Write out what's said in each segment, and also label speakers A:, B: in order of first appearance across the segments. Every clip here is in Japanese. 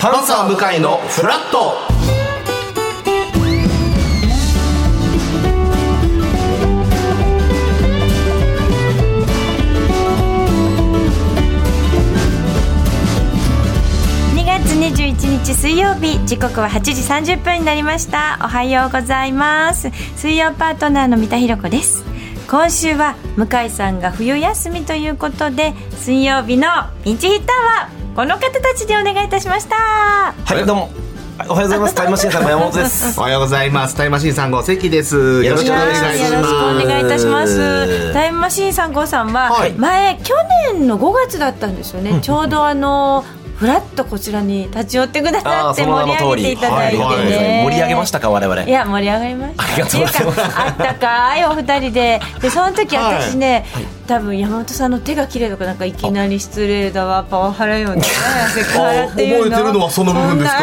A: 向井のフラット
B: 2月21日水曜日時刻は8時30分になりましたおはようございます水曜パートナーの三田寛子です今週は向井さんが冬休みということで水曜日のピンチヒッターはこの方たちでお願いいたしました
C: はい、どうも。おはようございます。タイムマシーンさん、山本です。
A: おはようございますタイムマシーン3号関ですよろしくお願いします
B: よろしくお願いいたします。タイムマシーンさんごさんは、
A: はい
B: 前去年の5月だったんですよね。ちょうどあのフラッとこちらに立ち寄ってくださって盛り上げていただいてね。
C: はいはい盛り上げましたか、我々。
B: いや盛り上がりました。
C: ありがとうございます
B: ってうかあったかいお二人で、でその時私ね、多分山本さんの手が綺麗とかなんかいきなり失礼だわパワハラよね、セクハラっていうの。
A: その部分です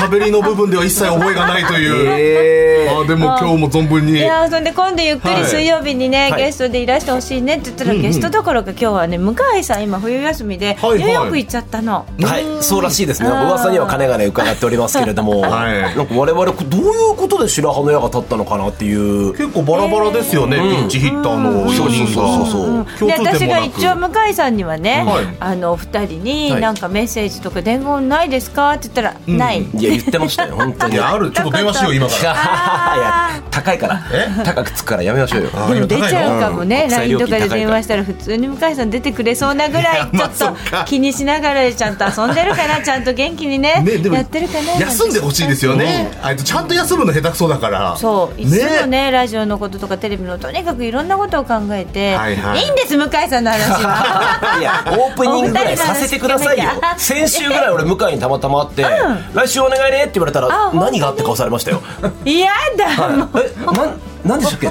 A: か喋りの部分では一切覚えがないという、あでも今日も存分に
B: いやーそんで今度ゆっく
A: は
B: り
A: い
B: 水曜日にね、
C: はい
B: ゲストでいらしてほしいねって言ったら、ゲストどころか今日はね向井さん今冬休みでニ
A: はい
B: ューヨーク行っちゃったの、
C: はい、そうらしいですね。なんか噂には金がね、伺っておりますけれども。
A: はい
C: なんか我々、どういうことで白羽の矢が立ったのかなっていう。
A: 結構バラバラですよね、ピンチヒッターの4人
C: そ
A: が
C: うそうそうそう
A: 共
B: で
A: 通
B: 私
A: 点も
B: が
A: な
B: 一応
A: く
B: 向井さんにはね、
A: はい
B: あのお二人に
C: はい
B: なんかメッセージとか伝言ないですかって言ったら、ない
C: いや、言ってましたよ、本当に。
A: いやあるちょっと電話しよう今か
C: い
A: ら
C: や高いから
A: え
C: 高くつくからやめましょうよ
A: あ
B: でも
A: 今高
B: 出
A: いの
B: ちゃうかもね
C: うん
B: LINE とかで
C: 国際料金高いから
B: 電話したら普通に向井さん出てくれそうなぐ
A: い
B: ら
A: や
B: いち
A: ま
B: ょ
A: あ
B: っ
A: そっ
B: と
A: か
B: 気にしながらちゃんと遊んでるかなちゃんと元気にね
A: ねでも
B: やってるかななんて
A: 休んでほしいですよねあいつちゃんと休むの下手くそだから
B: そういつもねラジオのこととかテレビのとにかくいろんなことを考えて、
A: はい
B: い
A: はい
B: いんです向井さんの話は
C: いやオープニングぐらいさせてくださいよ
B: お二人の話
C: 先週ぐらい俺向井にたまたま会って「来週お願いね」って言われた
B: あ
C: ら
B: 本当に
C: 何があって顔されましたよ
B: 嫌だ、
C: え、な、なんでしたっけ。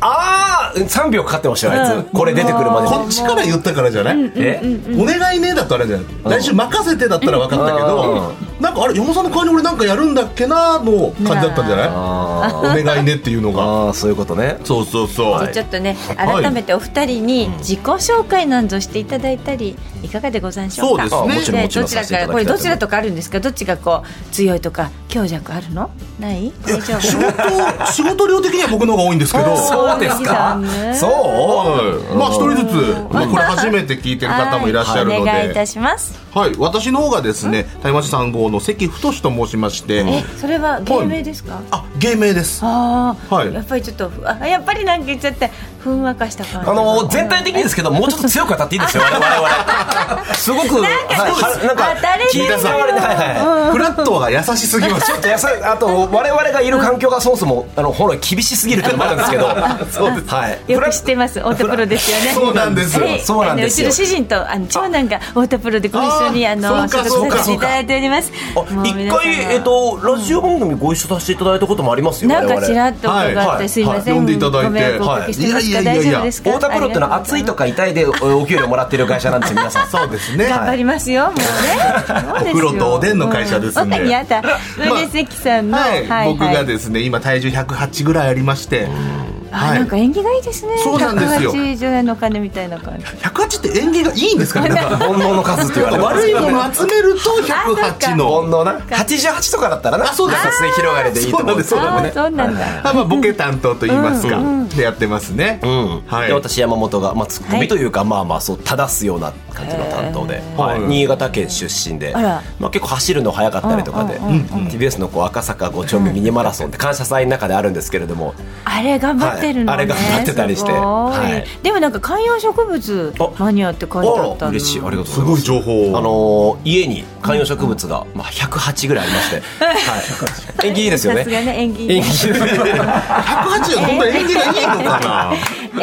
C: ああ、三秒かかってましたよ、あいつ。これ出てくるまで
A: こっ
C: に。
A: ちから言ったからじゃない
C: え、
A: お願いねだったらあれじゃない来週任せてだったら分かったけどなんかあれ山本さんの代わりに俺なんかやるんだっけなの感じだったんじゃないお願いねっていうのが
C: ああ、そういうことね。
A: そうそうそ
B: ちょっとね
A: い
B: 改めてお二人に自己紹介なんぞしていただいたりいかがでございましょうか
A: そうですね
C: あもちろんもちろん
B: どちら
C: させて
B: から
C: いただきたいと
B: こ
C: 思い
B: れ
C: ます
B: どちらとかあるんですかどっちがこう強いとか強弱あるのない大丈
A: 仕
B: 夫
A: 事仕事量的には僕の方が多いんですけど
C: そうです
B: 大
C: か
B: 木さん。ね
C: そう。
A: はい、まあ一人ずつ、まあ、これ初めて聞いてる方もいらっしゃるの
B: はい
A: で、
B: お
A: は
B: 願いい
A: い
B: たします
A: 私の方がですね台湾市3号の関太と申しまして
B: えそれは芸名ですか、
A: あ芸名です
B: ああ、
A: はい
B: やっぱりちょっとふあやっぱりなんか言っちゃってふんわかした感じ
C: あのー全体的にですけど、もうちょっと強く当たっていいですよ、我々は。すごく、はいはなんか
B: 当たり前
C: 聞いたさ、はいはいはい。
A: フラットが優しすぎます
C: ちょっとやさあと我々がいる環境がそもそもあのほら厳しすぎるって いうのもあるんですけどそうですはい
B: よく知ってます太田プロですよね
A: そうなんですよ
B: はい
C: そうなんですよ
B: あのうちの主人とあの長男が太田プロでご一緒に
A: あ
B: あの
A: そう
B: 所属さ
A: か
B: せて
C: そうかそう
B: い
C: か
B: ただいております
C: あ
B: もう
C: 一
B: 皆様
C: 回えっとラジオ番組ご一緒させていただいたこともありますよ
B: なん
C: 我
B: か
C: 々
B: ちらっと伺って、
A: はいはい
B: すいません、
A: はい呼んでいただいて
B: ご迷惑をおかけしてますか、
A: はいいやいやい
B: 大
A: やいや
B: 丈夫ですか
C: 太田プロってのは熱いとか痛いでおお給料もらってる会社なんですよ皆 さん
A: そうですね
B: 頑張りますよ、もうねそうですよ
A: お風呂とおでんの会社ですんで
B: うんやだそれで関さんの、
A: はい、僕がですね今体重108ぐらいありまして
B: あ
A: はい
B: なんか縁起がいいですね
A: そうなんですよ
B: 180円のお金みたいな感じ
A: 108って演芸がいいんですか ねなんか
C: 煩悩の数って言われてます
A: 悪いもの集めると108
C: 煩
A: の
C: 悩な88とかだったらな
A: あそうだ
C: なんか末広がりでいいと思うんですけど
A: そうだ
C: ね
B: あそうなんだ
A: あまあボケ担当と言いますか、でやってますね、
C: うん
A: はい
C: で私山本が、まあ、ツッコ
B: は
C: ミ
B: い
C: というか、まあまあそう正すような感じの担当で、はい
A: はい
C: 新潟県出身で、
B: あら
C: まあ、結構走るの早かったりとかで、TBS のこう赤坂5丁目ミニマラソンって感謝祭の中であるんですけれども、
B: あれ頑張ってるのね、
C: はいあれ頑張ってたりして
B: すごい
C: はい
B: でもなんか観葉植物
C: あ
B: マニアって書いてあったの
C: 嬉しいありがとうございます
A: すごい情報
C: あのー家に観葉植物が、まあ、108ぐらいありまして、はい、縁起いいですよ
B: さ
C: ね
B: すがね演技
C: 縁起いい
A: 180は本当に演技がいいのかな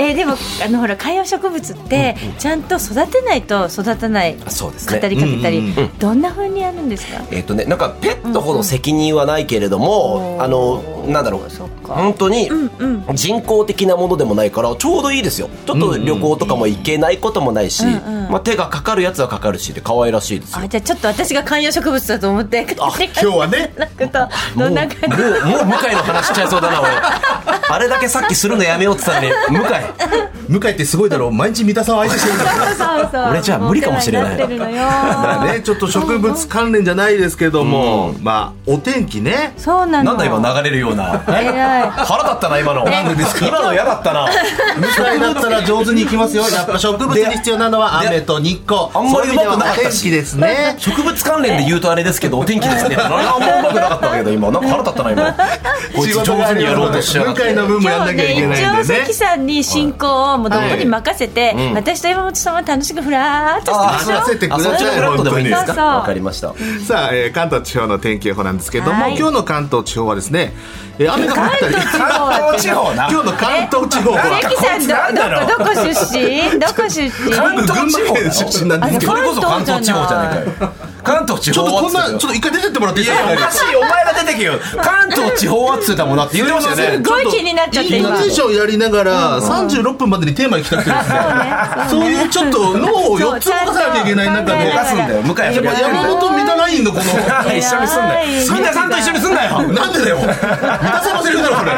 B: えーでもあのほら観葉植物ってちゃんと育てないと育たない語
C: あそうです
B: りか
C: ね
B: けたり、
A: うんうん
B: どんな風にやるんですか、
C: えっ、とねなんかペットほど責任はないけれども、あのなんだろう
B: そっか
C: 本当に
B: うんうん
C: 人工的なものでもないからちょうどいいですよちょっと旅行とかも行けないこともないし、
B: うんうん
C: まあ、手がかかるやつはかかるしで可愛らしいですよ
B: あじゃあちょっと私が観葉植物だと思って買ってき
A: 今日はね
B: たこと
C: も
B: ど
C: うんもう
B: な感じ
C: もう向井の話しちゃいそう だな俺あれだけさっきするのやめようって言ったのに向井
A: 向井ってすごいだろう毎日三田さんを相手してるんだか
B: そうそう
C: 俺じゃあ無理かもしれない
B: 儲けにな ってるのよ
A: らまあねちょっと植物関連じゃないですけども、まあお天気ね
B: そうなの
C: なんだ今流れるような
B: 偉い
C: 腹立ったな今の
A: なんでですか
C: 今の嫌だったな
A: 向井だったら上手にいきます よやっぱ植物に必要なのは
C: で
A: 雨と日光
C: あんまりうまくなかった
A: そういう意味
C: し
A: ではお天気ですね
C: 植物関連で言うとあれですけどお天気ですね何もうまくなかったんだけど今なんか腹立ったな今こいつ上手にやろうとしやがっ
A: 向井
C: て
A: の分もやん
B: 今
A: な
B: 日
A: きゃい
B: ね
A: けない
B: 一応
A: んでね
B: 関さんに進行をもうどっぷり任せて、
C: ん
B: 私と山本さんは楽しくふらーっとして
A: 走らせてく
C: あそ
A: だ
C: っちのフ
A: さ
C: ラ
A: い
C: ット
A: 本
C: でも
A: 当
C: いい
A: に
C: です
B: そう
C: か
B: そう
C: わかりました
A: さあ、えー関東地方の天気予報なんですけども、
B: はい
A: 今日の関東地方はですね、えー雨が降ったり
B: 関東地
C: 関東地方な
A: 今日の関東地方は
B: 関さんどどこどこ出身どこ出身
A: 僕群馬県
C: 関東
A: 出身なんですけ
C: そ
A: ど
C: れこそ関東地方じゃないかよ関東地
A: ちょ
C: 方
A: っと
C: は
A: こんなち
C: っつってたよ
A: ょっと一回出てってもらっていいですか
C: おかしいお前が出てけよ関東地方はっつったもんなって言ってまし たよ
B: す
C: ね
B: ごい気になっちゃって
A: イン
B: 今
A: ドネシアをやりながら36分までにテーマに来たくてですねそういうちょっと脳を4つ動かさなきゃいけない中
B: そう
A: で
B: ちゃ
C: すんだよ向井はそれやってんだ
A: 山
C: よ
A: 本三田ラインのこの
C: 一緒にすんなよみんなさんと一緒にすんなよ
A: なんでだよ三田さんのセリフだろそれ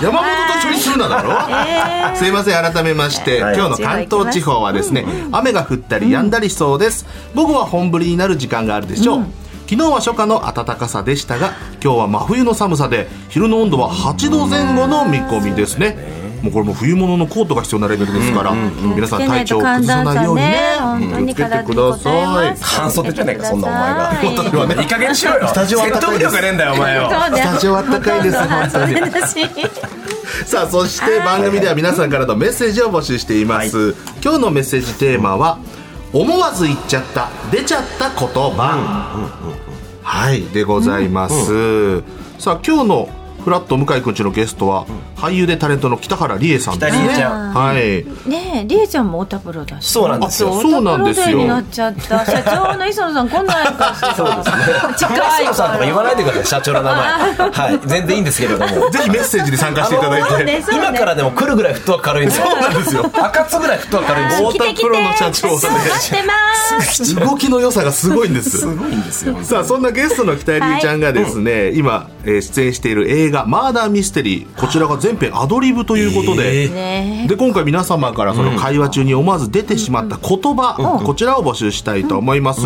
A: 山本と一緒にするなだろ、
B: え
A: すいません改めまして、
C: はい
A: 今日の関東地方はですね、雨が降ったり止んだりしそうです、午後は本降りになる時間があるでしょう、昨日は初夏の暖かさでしたが今日は真冬の寒さで昼の温度は8度前後の見込みですねもうこれもう冬物のコートが必要なレベルですから、皆さん体調を崩さないようにね
B: 本当に
A: 気をつけ
B: 体
A: て
B: に
A: ください
C: 半袖じゃねえかそんなお前が
B: 本
A: 当に
C: いい加減にしろよ
A: スタジオは
C: 説得力がねえんだよお前よ
A: スタジオあったかいです
B: 本当に
A: 本さあそして番組では皆さんからのメッセージを募集しています、今日のメッセージテーマは「思わず言っちゃった出ちゃった言葉」はいでございます、さあ今日のフラット向井くんちのゲストは、俳優でタレントの北原理恵さんです
C: 北理恵ち
A: ね
C: ゃん
A: はい
B: ねえ、りえちゃんも太田プロだし
C: そうなんですよ
A: あそうなんです
B: 太田プロ
A: よ
B: 勢になっちゃった社長の磯野さん来ないかしらそうですね近いから
C: 西野さんとか言わないでください社長の名前はい全然いいんですけれども
A: ぜひメッセージで参加していただい
B: そう
A: て
B: ねそうね
C: 今からでも来るぐらいフットワーク軽いんですよそうなんですよ赤津ぐらいフットワーク軽いんですよ
B: 来て来て
A: 太田プロの社長さんで
B: 待ってます
A: 動きの良さがすごいんです
C: すごいんですよ
A: さあそんなゲストの北井理恵ちゃんがですね、今、えー出演している映画「マーダーミステリー」こちらが全編アドリブということで、
C: え
B: ね
A: で今回皆様からその会話中に思わず出てしまった言葉、こちらを募集したいと思います、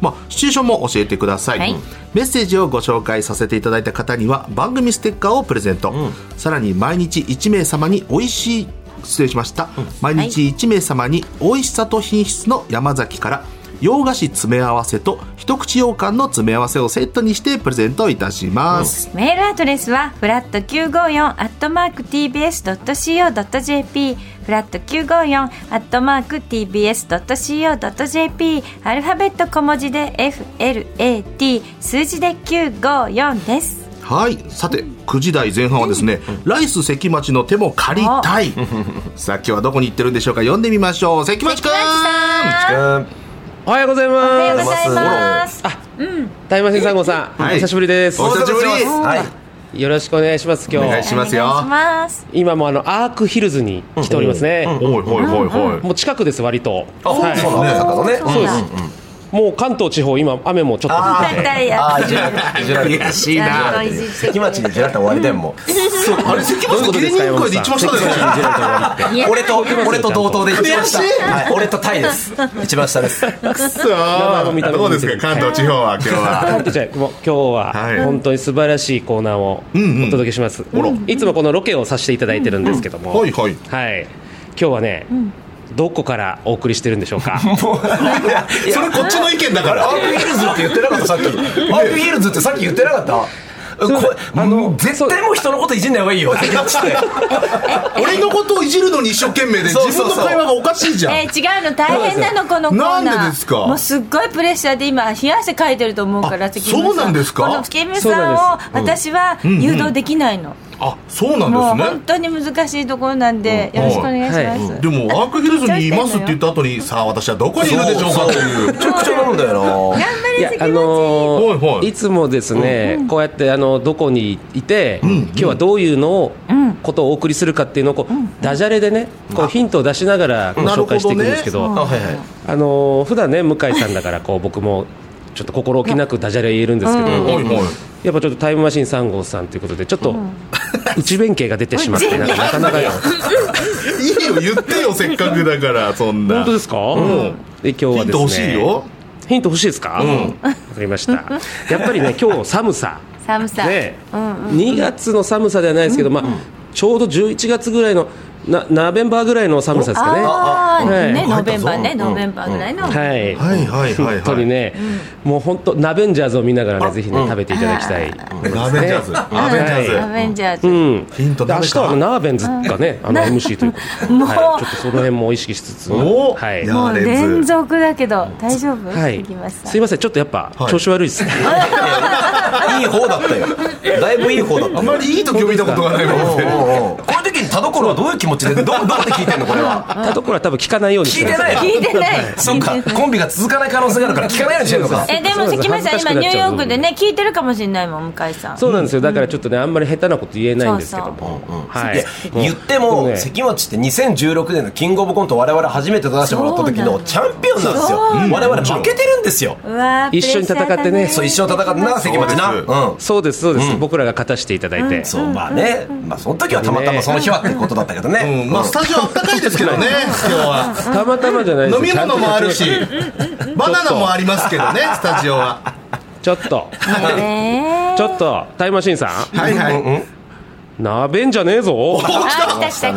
A: まあ、シチュエーションも教えてください、
B: はい
A: メッセージをご紹介させていただいた方には番組ステッカーをプレゼント、さらに毎日1名様に美味しい失礼しました、毎日1名様に美味しさと品質の山崎から洋菓子詰め合わせと一口羊羹の詰め合わせをセットにしてプレゼントいたします、
B: メールアドレスはフラット954アットマーク tbs.co.jp フラット954アットマーク tbs.co.jp アルファベット小文字で FLAT 数字で954です
A: はいさて9時台前半はですね、ライス関町の手も借りたい さあ今日はどこに行ってるんでしょうか読んでみましょう関町くん
B: さん
C: ー
D: おはようございます。
B: おはようございます
D: 大魔神三号さん、
A: はい
D: お久しぶりです。
A: お久しぶりです
C: はい
D: よろしくお願いします。今
A: お願い
D: 日
A: しますよ
B: お願いします
D: 今もあのアークヒルズに来ておりますね。
A: おいほいほいほい
D: もう近くです割と。
C: あそうですね
D: は
C: 赤坂のね
B: そうだ
C: んんん
D: いもう関東地方今雨もちょっと降って
B: だったらや
C: あーいじられたいじら れた
A: 悔しいな
B: あのいじって
C: 関町にいじられたら終わりだよも
A: そうあれ関町って芸人界で一番下だよね
C: う俺と俺と同等で一番下
A: 悔しい
C: はい俺とタイです一番下です
A: そう
D: 見た目
A: どうですか関東地方は今日
D: あ
A: は
D: ーじゃあもう今日
A: はい
D: は本当に素晴らしいコーナーを
A: んうん
D: お届けします、いつもこのロケをさせていただいてるんですけども、
A: はいはい
D: はい今日はね、どこからお送りしてるんでしょうか
A: それこっちの意見だか
C: あれア
A: ら
C: ークヒルズって言ってなかったさっきアークヒルズってさっき言ってなかったこれもう絶対もう人のこといじんない方がいい よ関町って
A: 俺のことをいじるのに一生懸命で
C: そう
A: 自
C: そうそう
A: 分の会話がおかしいじゃん
B: えー、違うの大変なのこのコーナー
A: なんでですか
B: もうすっごいプレッシャーで今冷や汗かいてると思うから
A: あ
B: 関村さ
A: そうなんですか
B: この関村
D: そう
B: さんを
D: な
B: 私は誘導できないの、
A: あそうな
B: もうん
A: です
B: 本
A: ね
B: 当に難しいところなんで、
A: うん
B: よろしくお願いします。
A: でもアークヒルズにいますって言った後にさあ私はどこにいるでしょうかという
C: めちゃくちゃなんだよな。
B: 頑張
D: い
B: り
D: や
B: すぎ
D: あ
B: ま
D: のー
A: はいはい
D: い、つもですね、こうやってあのどこにいて、今日はどういうのを、
B: ん
D: ことをお送りするかっていうのをこう、ダジャレでねこうヒントを出しながらご
A: なる
D: 紹
A: ほどね
D: 介していくんですけど
C: あはいはい。
D: あのー普段ね向井さんだからこう僕もちょっと心置きなくダジャレ言えるんですけど、
A: はいはい
D: やっぱちょっとタイムマシーン3号さんということでちょっと内弁慶が出てしまってなんかなかなか
A: いいよ言ってよせっかくだからそんな
D: 本当ですか、で今日はで
A: ヒン
D: すね
A: ト欲しいよ
D: ヒント欲しいですか、
A: うん
D: わかりましたやっぱりね今日寒さ
B: す。寒さ。
D: ね、
B: うんうん。
D: 2月の寒さではないですけど、まあ、ちょうど11月ぐらいのなナーベンバーぐらいの寒さですかね。
B: ああ、
D: はい
B: ね、ノベンバー
A: う
B: ね、
A: ん
B: ノベンバーぐらいの。
D: はい、
A: はいはいはいはい
D: 本当にね、もう本当ナベンジャーズを見ながらねぜひね食べていただきたい。
A: アベンジャーズアベンジャ
B: ア
A: ーズ
B: ベンジャーズ。
D: うん。
A: ヒント
D: で明
A: 誰
D: 日はあの
A: か
D: ナーベンズがね、あの MC ということで、
B: もう
D: はい、ちょっとその辺も意識しつつ、
A: お
D: はい、
A: や
B: もう
A: ナーレンズ
B: 連続だけど、大丈夫。
D: は
B: 杉村
D: い、
B: さん
D: すいません、ちょっとやっぱ、
A: はい
D: 調子悪いですね。
C: いい方だったよ。だいぶいい方だった。
A: あまりいい時を見たことがないもんね
C: こういう時に田所はどういう気持ちでどどこで聞いてんのこ れは
D: たところは多分聞かないようにし
C: 聞
D: て
C: いて
D: くださ
C: ない
D: い。
B: 聞いてない。
C: そっかコンビが続かない可能性があるから聞かないようにしてるのか
B: え、でも、
D: そうです
B: 関村さん、今
D: 恥ずかし
B: ニ
D: くな
B: ュ
D: っ
B: ー
D: ち
B: ヨ
D: ゃう
B: ークでね、聞いてるかもしれないもん、向井さん。
D: そうなんですよ、だからちょっとね、あんまり下手なこと言えないんですけども、はいい
C: や、言っても、
D: ね
C: 関町って2016年のキングオブコント我々初めて出させてもらった時
B: そうなの
C: のチャンピオンなんですよ
B: そうなの
C: 我々負けてるんですよ
B: うわー
D: 一緒に戦って
B: プ
D: ね
B: レッシャーだ
C: そう一生戦ってな関町な
A: そうです
C: うん
D: そうです、そうです、僕らが勝たせていただいて、
C: そうまあねまあその時はたまたまその日はってことだったけどね
A: うんまあスタジオあったかいですけどね今日は
D: たまたまじゃないです
A: 飲み物もあるしバナナもありますけどねスタジオは
D: ちゃんとちょっと、
B: ねえ
D: ちょっと、タイムマシーンさ
A: はいはい
D: ん、なべんじゃねえ ぞ、
B: あ、来た来た来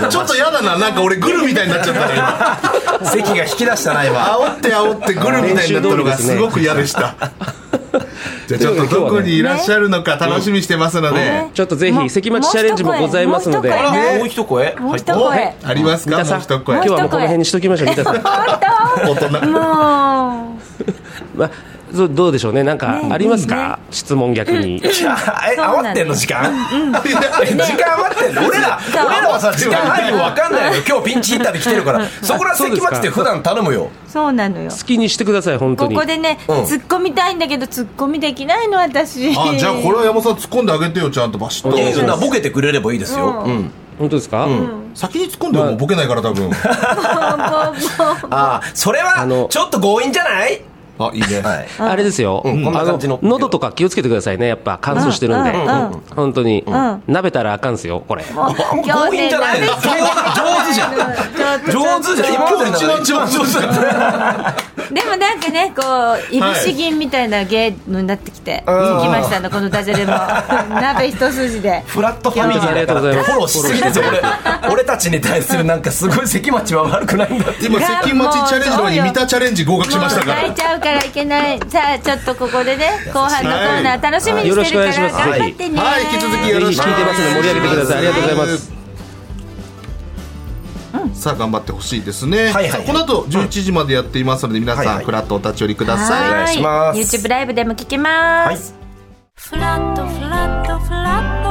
B: た。
A: ちょっとやだななんか俺グルみたいになっちゃったね今
C: 関が引き出したな今
A: 煽って煽ってグルみたいになったのがすごく嫌で した。じゃあちょっとどこにいらっしゃるのか楽しみにしてますので、
D: ちょっとぜ
B: もう
D: ひ、関町チャレンジもございますので、
B: もう一
C: あ
B: 声
C: らも
B: も
C: う一声
B: う一声
C: はい
A: おありますか
D: 三
A: も
D: 田
A: う
D: さん、
A: 一声
D: 今日。はもうこの辺にしときましょう、三田さん、
A: 大人。
B: も
D: まあどどうでしょうね、なんかありますか、質問逆に。
C: いやえ
B: そうなんだ
C: 余ってんの 時間
A: いや
C: 時間余ってんの俺ら
B: う
C: 俺らはさ時間配分わかんないのよ今日ピンチヒッターで来てるからそこら関町って普段頼むよ
B: う、そうなのよ。
D: 好きにしてください本当
B: こ
D: に
B: こでね、
C: うん
B: 突っ込みたいんだけど、突っ込みできないの、私。
A: あじゃあこれは山本さん突っ込んであげてよちゃんとバシッ
C: いやいや
A: と。
C: ボケてくれればいいですようん
D: 本当ですか、
A: 先に突っ込んでももうボケないから多分。
C: ああそれ
D: あの
C: はちょっと強引じゃない
A: あいいね。
C: はい
D: あれですよ、
C: んこんな
D: あ
C: 感じの
D: 喉とか気をつけてくださいねやっぱ乾燥してるんで、
B: うんうんうん
D: 本当に、
B: ん
D: なべたらあかんっすよこれ
B: もう
C: あんま強引じゃないの上
B: 今日ね
C: 手じゃん
B: 鍋ちょっと
C: 上手じゃん
B: ちょっ
C: 今日一番上手だよ
B: とでもなんかねこういぶし銀みたいな芸になってきて、
C: ん
B: きましたのこのダジャレも鍋一筋で
C: フラットファミリーだからってフォローしすぎですよ俺俺たちに対するなんかすごい関町は悪くないんだって
A: 今関町チャレンジの前に三田チャレンジ合格しました か
B: もう泣い
A: ら
B: ち。ゃうからいけないさあちょっとここでね後半のコーナー楽しみに
D: よろ
B: し
D: してくお願
B: る
D: いし
B: から頑張
D: ます
B: ってね、
A: はい引き続きよ
D: ぜ
A: ろし
D: ひ
A: くお
D: 聞
A: 願
D: いてま
A: いし
D: すので盛り上げてくださいありがとうございます。
A: さあ頑張ってほしいですね。
C: はいはい
A: さあこの後11時までやっていますので皆
C: はい
A: さ
C: は
A: ん
C: い
A: フラッとお立ち寄りください。
C: お願いします
B: YouTube ライブでも聞けます、フラットフラットフラット